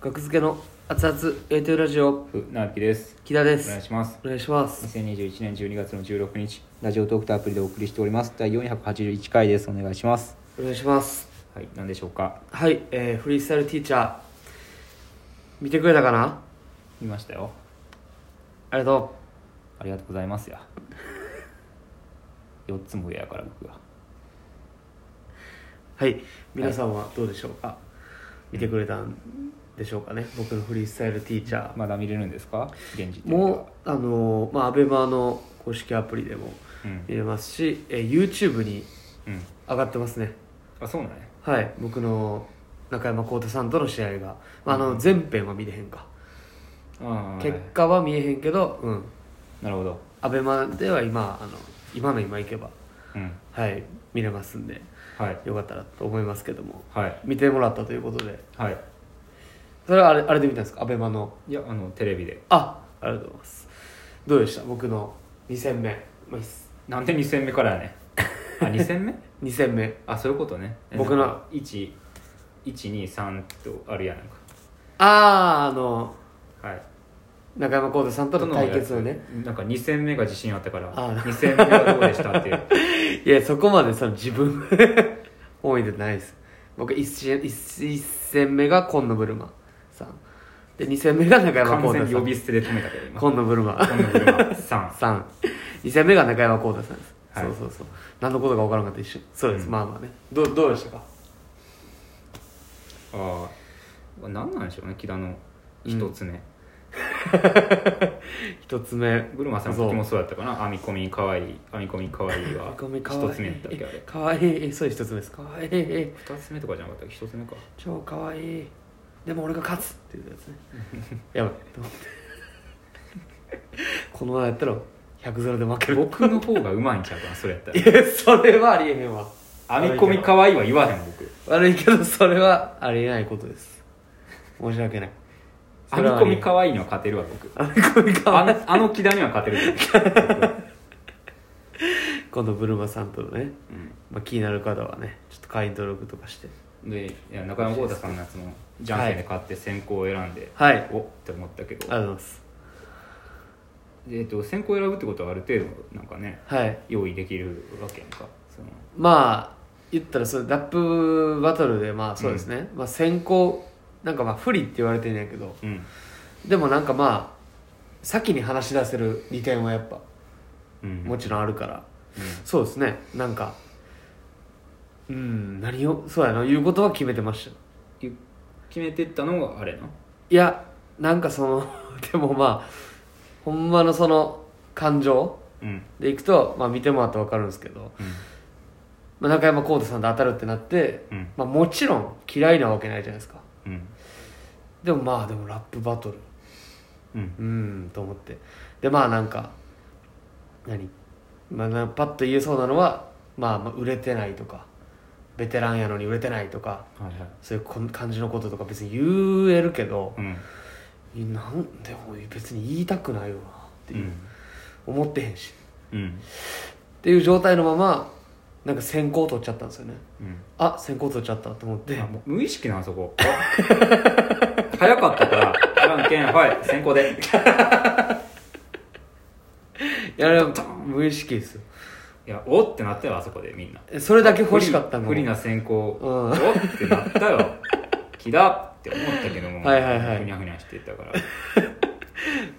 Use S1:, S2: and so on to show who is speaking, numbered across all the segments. S1: 学付けの熱々焼いてるラジオ
S2: ふなきです
S1: 木田で
S2: お願い
S1: す
S2: します
S1: お願いします
S2: 2021年12月の16日ラジオトークとアプリでお送りしております第481回ですお願いします
S1: お願いします
S2: はい何でしょうか
S1: はい、えー、フリースタイルティーチャー見てくれたかな
S2: 見ましたよ
S1: ありがと
S2: ありがとうございますや4つも上やから僕は
S1: うはい皆さんはどうでしょうか、見てくれたんでしょうかね僕のフリースタイルティーチャー、
S2: まだ見れるんですか現時点では
S1: もうあのーまあアベマの公式アプリでも
S2: うん
S1: 見れますし、えー、YouTube に
S2: うん
S1: 上がってますね
S2: あそうなんや
S1: はい僕の中山浩太さんとの試合が、まあ、あ
S2: う
S1: の
S2: ん
S1: 前編は見れへんか、
S2: ああ
S1: 結果は見えへんけどうん
S2: なるほど
S1: アベマでは今あの今の今行けば
S2: うん
S1: はい見れますんで
S2: はい
S1: よかったらと思いますけども
S2: はい
S1: 見てもらったということで
S2: はい
S1: それはあれあれで見たんですかアベマの
S2: いやあのテレビで
S1: あありがとうございますどうでした僕の2戦目まあ
S2: なんで2戦目からやねんあ2戦目
S1: 2戦目
S2: あそういうことね
S1: 僕の
S2: 123とあるやんなんか
S1: あああの
S2: はい
S1: 中山浩太さんとの対決をね
S2: なんか2戦目が自信あったから
S1: あ
S2: 2戦目はどうでしたっていう
S1: いやそこまでその自分 思い出ないです僕 1, 戦目が紺野ブルマさんで2戦目が中山浩
S2: 完
S1: 太
S2: 全に
S1: さ
S2: 呼
S1: ん
S2: び捨てで止めたけど今
S1: 紺野ブルマ
S2: 今度車3
S1: 3二戦目が中山浩太さんです、
S2: はい
S1: そうそうそう何のことか分からなかった一瞬そうです、
S2: うん
S1: まあまあねどうどうでしたか
S2: ああ何なんでしょうね木田の1つ目、
S1: 一つ目
S2: ブルマさんの時もそうやったかな編み込みかわいい編み込みかわいい は
S1: ごめんかわいい
S2: 1つ目やったっけあれ
S1: かわいいえそうです一つ目ですかわいい
S2: 2つ目とかじゃなかったっけ1つ目か
S1: 超かわいいでも俺が勝つっていうやつね やばいと思ってこのままやったら100ゼロで負ける
S2: 僕の方がうまいんちゃうかなそれやった
S1: いやそれはありえへんわ
S2: ら編み込みかわいいは言わへん僕
S1: 悪いけどそれはありえないことです申し訳ない
S2: 編み込みかわいいのは勝てるわ僕
S1: 編み込みかわいい
S2: あのあの木田には勝てると思う
S1: 今度ブルマさんとのね、
S2: うん
S1: まあ、気になる方はねちょっと会員登録とかして
S2: でいや中山豪太さんのやつもじゃんけんで買って先行を選んで、
S1: はいあり
S2: おっって思ったけど
S1: がとうございます
S2: でえっと、先行を選ぶってことはある程度なんかね
S1: はい
S2: 用意できるわけやんかその
S1: まあ言ったらそうラップバトルでまあそうですね、まあ先行なんかまあ不利って言われてんやけど
S2: うん
S1: でもなんかまあ先に話し出せる利点はやっぱ
S2: うん
S1: もちろんあるから、
S2: うん
S1: そうですねなんかうん何をそうやな言うことは決めてました
S2: ゆ決めてったのがあれない
S1: やなんかその でもまあほんまのその感情
S2: うん
S1: で行くと、まあ、見てもらって分かるんですけど、まあ、中山浩太さんと当たるってなって、
S2: うん
S1: まあ、もちろん嫌いなわけないじゃないですか
S2: うんうん
S1: でもまあでもラップバトル
S2: うん
S1: うーんと思ってでまあなんか何、まあ、なパッと言えそうなのは、まあ、まあ売れてないとかベテランやのに売れてないとか
S2: はいはい
S1: そういうこん感じのこととか別に言えるけど
S2: う、ん
S1: なんでも別に言いたくないよなって
S2: う
S1: いう、
S2: ん
S1: 思ってへんし
S2: うん
S1: っていう状態のままなんか先行取っちゃったんですよね
S2: うん
S1: あ先行取っちゃったと思って
S2: あもう無意識なあそこ 早かったからじゃんけんはい先行で
S1: いやいや無意識ですよ
S2: いやおってなったよあそこでみんな
S1: えそれだけ欲しかったの
S2: 不利な選考、
S1: うん
S2: おってなったよ 気だって思ったけども
S1: はいはいはい
S2: ふにゃふにゃしていったから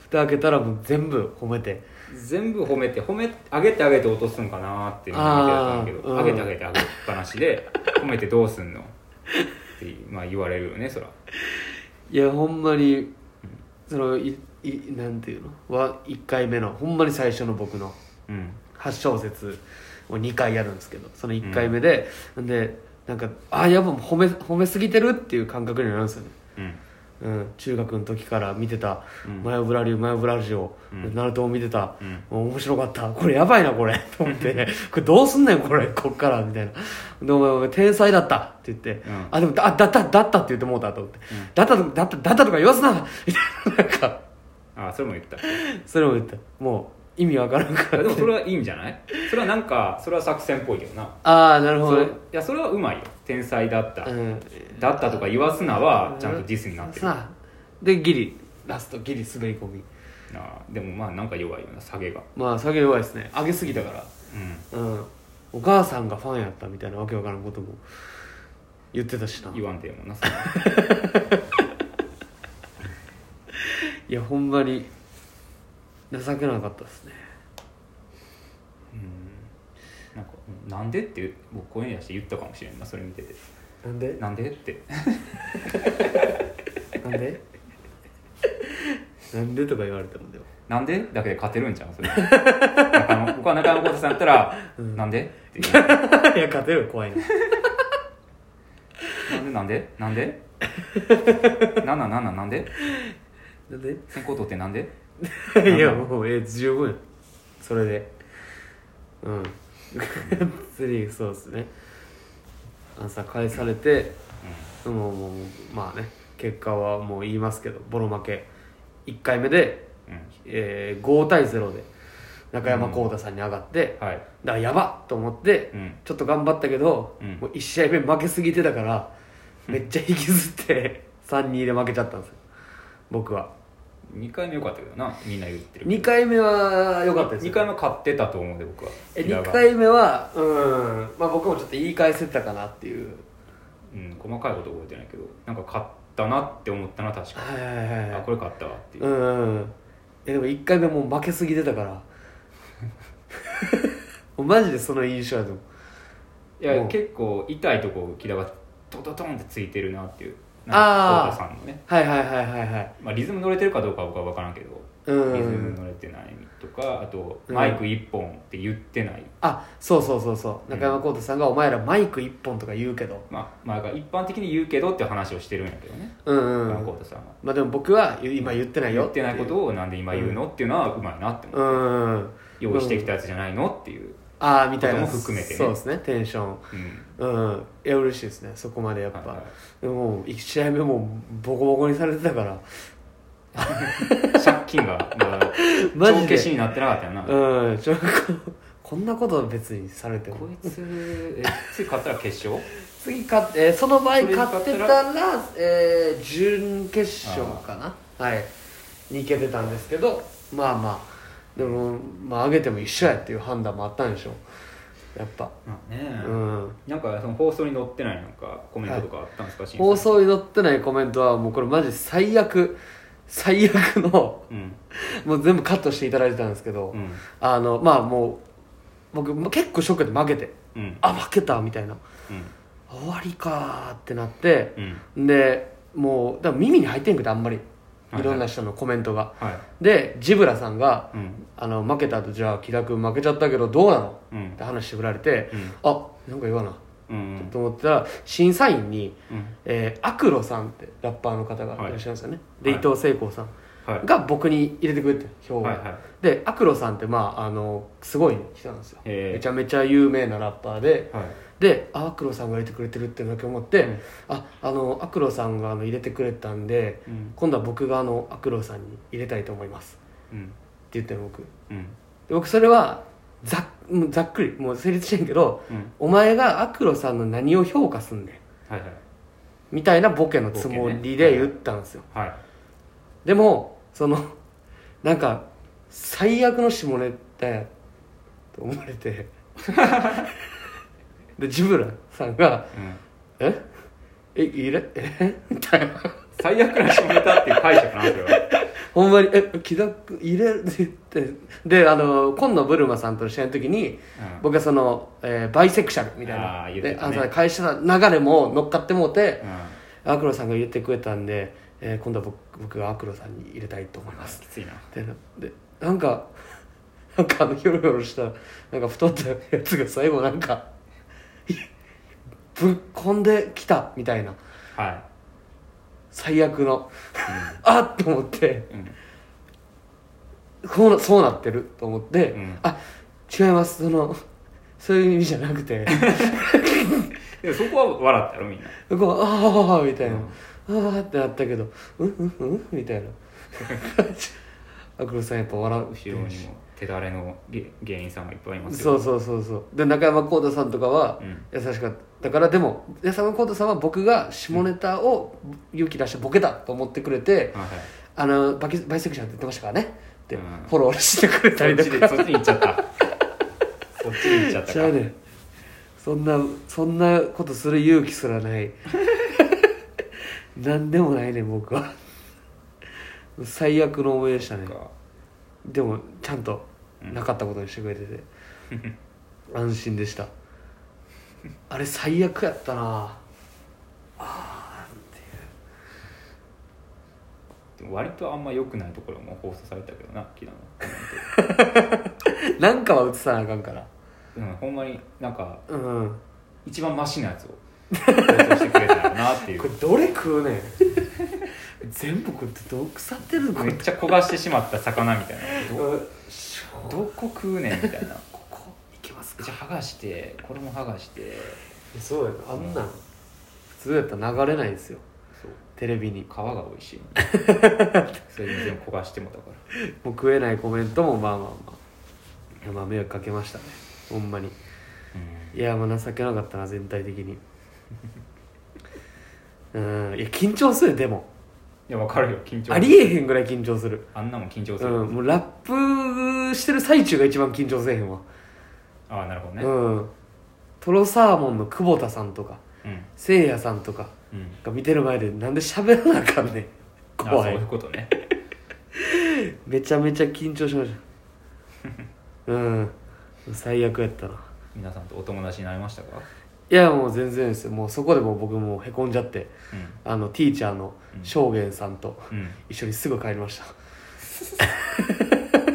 S1: 蓋開けたらもう全部褒めて
S2: 全部褒めて褒め上げて上げて落とすんかなっていうのを見てたんだけど、
S1: あーうん
S2: 上げて上げて上げっぱなしで褒めてどうすんのって、まあ、言われるよねそら
S1: いやほんまにそのいいなんていうのは1回目のほんまに最初の僕の
S2: うん
S1: 8小節を2回やるんですけどその1回目で、ん、でなんかあやっぱもう褒め褒めすぎてるっていう感覚になるんですよね
S2: うん
S1: うん、中学の時から見てた
S2: う
S1: 「
S2: ん
S1: マヤブラリューマヤブラジオ」
S2: うん
S1: ナルトを見てた、
S2: うん
S1: もう面白かったこれやばいな これと思ってこれどうすんねんこれこっからみたいなでお前お前天才だったって言って、
S2: ん
S1: あでもだだっただったって言ってもうたと思って、だったとだっただったとか言わすなみたいななんか
S2: ああそれも言った
S1: それも言ったもう意味わからんから
S2: でもそれはいいんじゃないそれはなんかそれは作戦っぽいけどな
S1: ああなるほ
S2: そ
S1: ど
S2: れい
S1: ね
S2: やそれはうまいよ天才だった、
S1: うん
S2: だったとか言わすなはちゃんとディスになってる
S1: さあでギリラストギリ滑り込み
S2: あーでもまあなんか弱いよな下げが
S1: まあ下げ弱いですね上げすぎたか
S2: うん
S1: らうんお母さんがファンやったみたいなわけわからんことも言ってたしな
S2: 言わんてえもんなそれ
S1: いやほんまに情けなかったですね
S2: うんなんかうんなんでって僕声に出して言ったかもしれんなそれ見てて
S1: なんで
S2: なんでって
S1: なんで なんでとか言われてもでも
S2: なんでだけで勝てるんちゃうそれ中野僕は中山浩太さんやったら、
S1: うん
S2: なんでって言う
S1: いや勝てるよ怖いな
S2: なんでなんでなんでなんなんなんなんなんで
S1: なん で
S2: 先行取ってなんで
S1: いやもうえ十分それでうん 釣りそうですね朝返されてもうもうまあね結果はもう言いますけどボロ負け1回目で、
S2: うん、うん
S1: えー5対0で中山浩太さんに上がって、だか
S2: はい
S1: らやばっと思って、
S2: うん
S1: ちょっと頑張ったけど、
S2: うん
S1: もう1試合目負けすぎてたからめっちゃ引きずって3-2で負 けちゃったんですよ僕は
S2: 2回目良かったけどなみんな言ってる
S1: 2回目は良かったですよ
S2: 2回目勝ってたと思うで僕は
S1: え
S2: 平
S1: 2
S2: が
S1: 回目はうん、まあ、僕もちょっと言い返せたかなっていう
S2: うん、細かいこと覚えてないけどなんか勝ったなって思ったな確か
S1: はいはいはい
S2: あ
S1: は
S2: これ勝ったわって
S1: い
S2: いう、
S1: うんうんうんえでも1回目もう負けすぎてたから もうマジでその印象やと思
S2: いや
S1: もう
S2: 結構痛いとこ木田がトントントンってついてるなっていう
S1: あー
S2: なんか浩太さんのね、
S1: うはいはいはいはいはい
S2: まあ、リズム乗れてるかどうかは僕は分からんけど
S1: うん
S2: リズ
S1: う
S2: ム
S1: ん
S2: 乗れてないとかあと
S1: うん
S2: マイク1本って言ってない、
S1: あそうそうそうそう中山浩太さんが「お前らマイク1本とか言うけど
S2: まあまあ、一般的に言うけどって話をしてるんやけどね」
S1: うんう
S2: 浩
S1: ん、
S2: 太、
S1: うん、
S2: さんは
S1: まあでも僕は言う今言ってないよ
S2: 言ってないことをなんで今言うのっていうのはうまいなって思う、
S1: うんうんうん
S2: 用意してきたやつじゃないのっていう、
S1: ああみたいな
S2: ことも含めてね
S1: そうですねテンション
S2: うん
S1: うんいや嬉しいですねそこまでやっぱ、
S2: はいはい
S1: でも1試合目もボコボコにされてたから
S2: 借金がまだ
S1: マジで
S2: 帳消しになってなかったよな、
S1: うんちょこんなこと別にされて
S2: こ
S1: も
S2: いつえつい買ったら決勝
S1: 次勝って、えーその場合
S2: それに
S1: 勝
S2: 勝
S1: っ
S2: ってて
S1: た
S2: た
S1: ら
S2: ら
S1: えー準決勝かなはいに行けてたんですけどまあまあでもまあ上げても一緒やっていう判断もあったんでしょうやっぱ
S2: まあね
S1: うん
S2: なんかその放送に載ってないなんかコメントとかあったんですか、審査
S1: 放送に載ってないコメントはもうこれマジ最悪最悪の
S2: うん
S1: もう全部カットしていただいてたんですけど、
S2: うん
S1: あのまあもう僕もう結構ショックで負けて
S2: うん
S1: あ負けたみたいな
S2: うん
S1: 終わりかーってなって
S2: うん
S1: でもうだから耳に入ってんくてあんまり
S2: いはい
S1: いろんな人のコメントが、
S2: はい
S1: でジブラさんが
S2: うん
S1: 「あの負けた後じゃあ木田君負けちゃったけどどうなの?」
S2: う
S1: っ
S2: ん
S1: て話してくられて
S2: うん
S1: 「あなんか言わな
S2: う」ん
S1: と思ったら審査員に、
S2: うん
S1: えーアクロさんってラッパーの方がいらっしゃいましたね、で伊
S2: はい
S1: 藤聖光さん
S2: はい
S1: が僕に入れてくれて票を、
S2: はいはい
S1: でアクロさんってまああのすごい人なんですよ
S2: へえ
S1: めちゃめちゃ有名なラッパーで
S2: はい
S1: であアクロさんが入れてくれてるってだけ思って、
S2: うん
S1: ああのアクロさんがあの入れてくれたんで
S2: うん
S1: 今度は僕があのアクロさんに入れたいと思います
S2: うん
S1: って言って僕で
S2: うん
S1: 僕それはざっもうざっくりもう成立してんけど
S2: うん
S1: お前がアクロさんの何を評価すんねん
S2: はいはい
S1: みたいなボケのつもりで言ったんですよ、
S2: はい
S1: でもそのなんか最悪の下ネタやと思われ てでジブラさんが
S2: う
S1: 「
S2: ん
S1: ええいれえみたいな
S2: 最悪な下ネタっていう解釈なんですよ
S1: ほんまに「え気だく入れる」ってであの今野ブルマさんとの試合の時に
S2: うん
S1: 僕はその、えーバイセクシャルみたいな
S2: あー言ってたね
S1: であの会社の流れも乗っかってもうて、
S2: うん
S1: アクロさんが入れてくれたんで、えー今度は僕僕がアクロさんに入れたいと思います
S2: きついな
S1: でなでなんかなんかあのヒョロヒョロしたなんか太ったやつが最後なんかいぶっこんできたみたいな
S2: は
S1: 最悪のあっと思って
S2: いうん
S1: こうなそうなってると思って、
S2: うん
S1: あ違いますそのそういう意味じゃなくて
S2: でもそこは笑ったろみんな
S1: こうああみたいな、ああってなったけ どうんうんうんみたいなアクロさんやっぱ笑う
S2: 後ろにも手だれの芸芸人さんがいっぱいいます
S1: そう
S2: そ
S1: そうそうそうで中山浩太さんとかは
S2: うん
S1: 優しかった、だからでも中山浩太さんは僕が下ネタを勇気出してボケだと思ってくれて、
S2: はいはい
S1: あのバキバイセクションって言ってましたからねって
S2: うん
S1: フォローしてくれた
S2: そ
S1: り
S2: っ
S1: と
S2: ちで
S1: か
S2: そっちに行っちゃった そっちに行っちゃった
S1: ち
S2: か
S1: ゃうねんそんなそんなことする勇気すらないなんでもないねん僕は最悪の思い出したね
S2: そっか
S1: でもちゃんと
S2: うん
S1: なかったことにしてくれてて、安心でしたあれ最悪やったなあ
S2: でも割とあんま良くないところも放送されたけどな昨日
S1: ーなんかは映さなあかんから
S2: うん、ほんまになんか
S1: うん
S2: 一番マシなやつを放送してくれたよなって いう
S1: これどれ食うねん全部食ってどう腐ってるのこ
S2: め
S1: れ
S2: っちゃ焦がしてしまった魚みたいな ど
S1: うんしょう
S2: どこ食うねんみたいな
S1: ここいけますか
S2: じゃあ剥がしてこれも剥がして
S1: そうやなあんなん、普通やったら流れないんですよ
S2: そう
S1: テレビに
S2: 皮が美 味しいそれに全部焦がしてもだから
S1: もう食えないコメントもまあまあまあいやまあ迷惑かけましたねほんまに
S2: うん
S1: いやまあ情けなかったな全体的に うんいや緊張するよでも
S2: いや分かるよ緊張
S1: ありえへんぐらい緊張する
S2: あんなもん緊張す
S1: う
S2: る、
S1: んもうラップしてる最中が一番緊張せえへんわ、
S2: ああなるほどね
S1: うんトロサーモンの久保田さんとか
S2: うん
S1: せいやさんとか
S2: うん
S1: が見てる前でなんで喋らなあかんねん
S2: あ
S1: 怖
S2: そう
S1: い
S2: いうことね
S1: めちゃめちゃ緊張しましたう ん最悪やったな
S2: 皆さんとお友達になりました か
S1: いやもう全然ですよもうそこでもう僕もうへこんじゃって
S2: う
S1: あのティーチャーの
S2: うん
S1: 正元さんと
S2: んうん
S1: 一緒にすぐ帰りまし
S2: そうなんや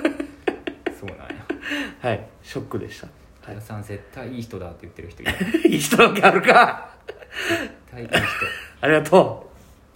S1: たはいショックでした、は
S2: 皆
S1: い、
S2: さん絶対 いい人だって言ってる人いる絶
S1: いい人だけあるか
S2: 対いい人
S1: ありがと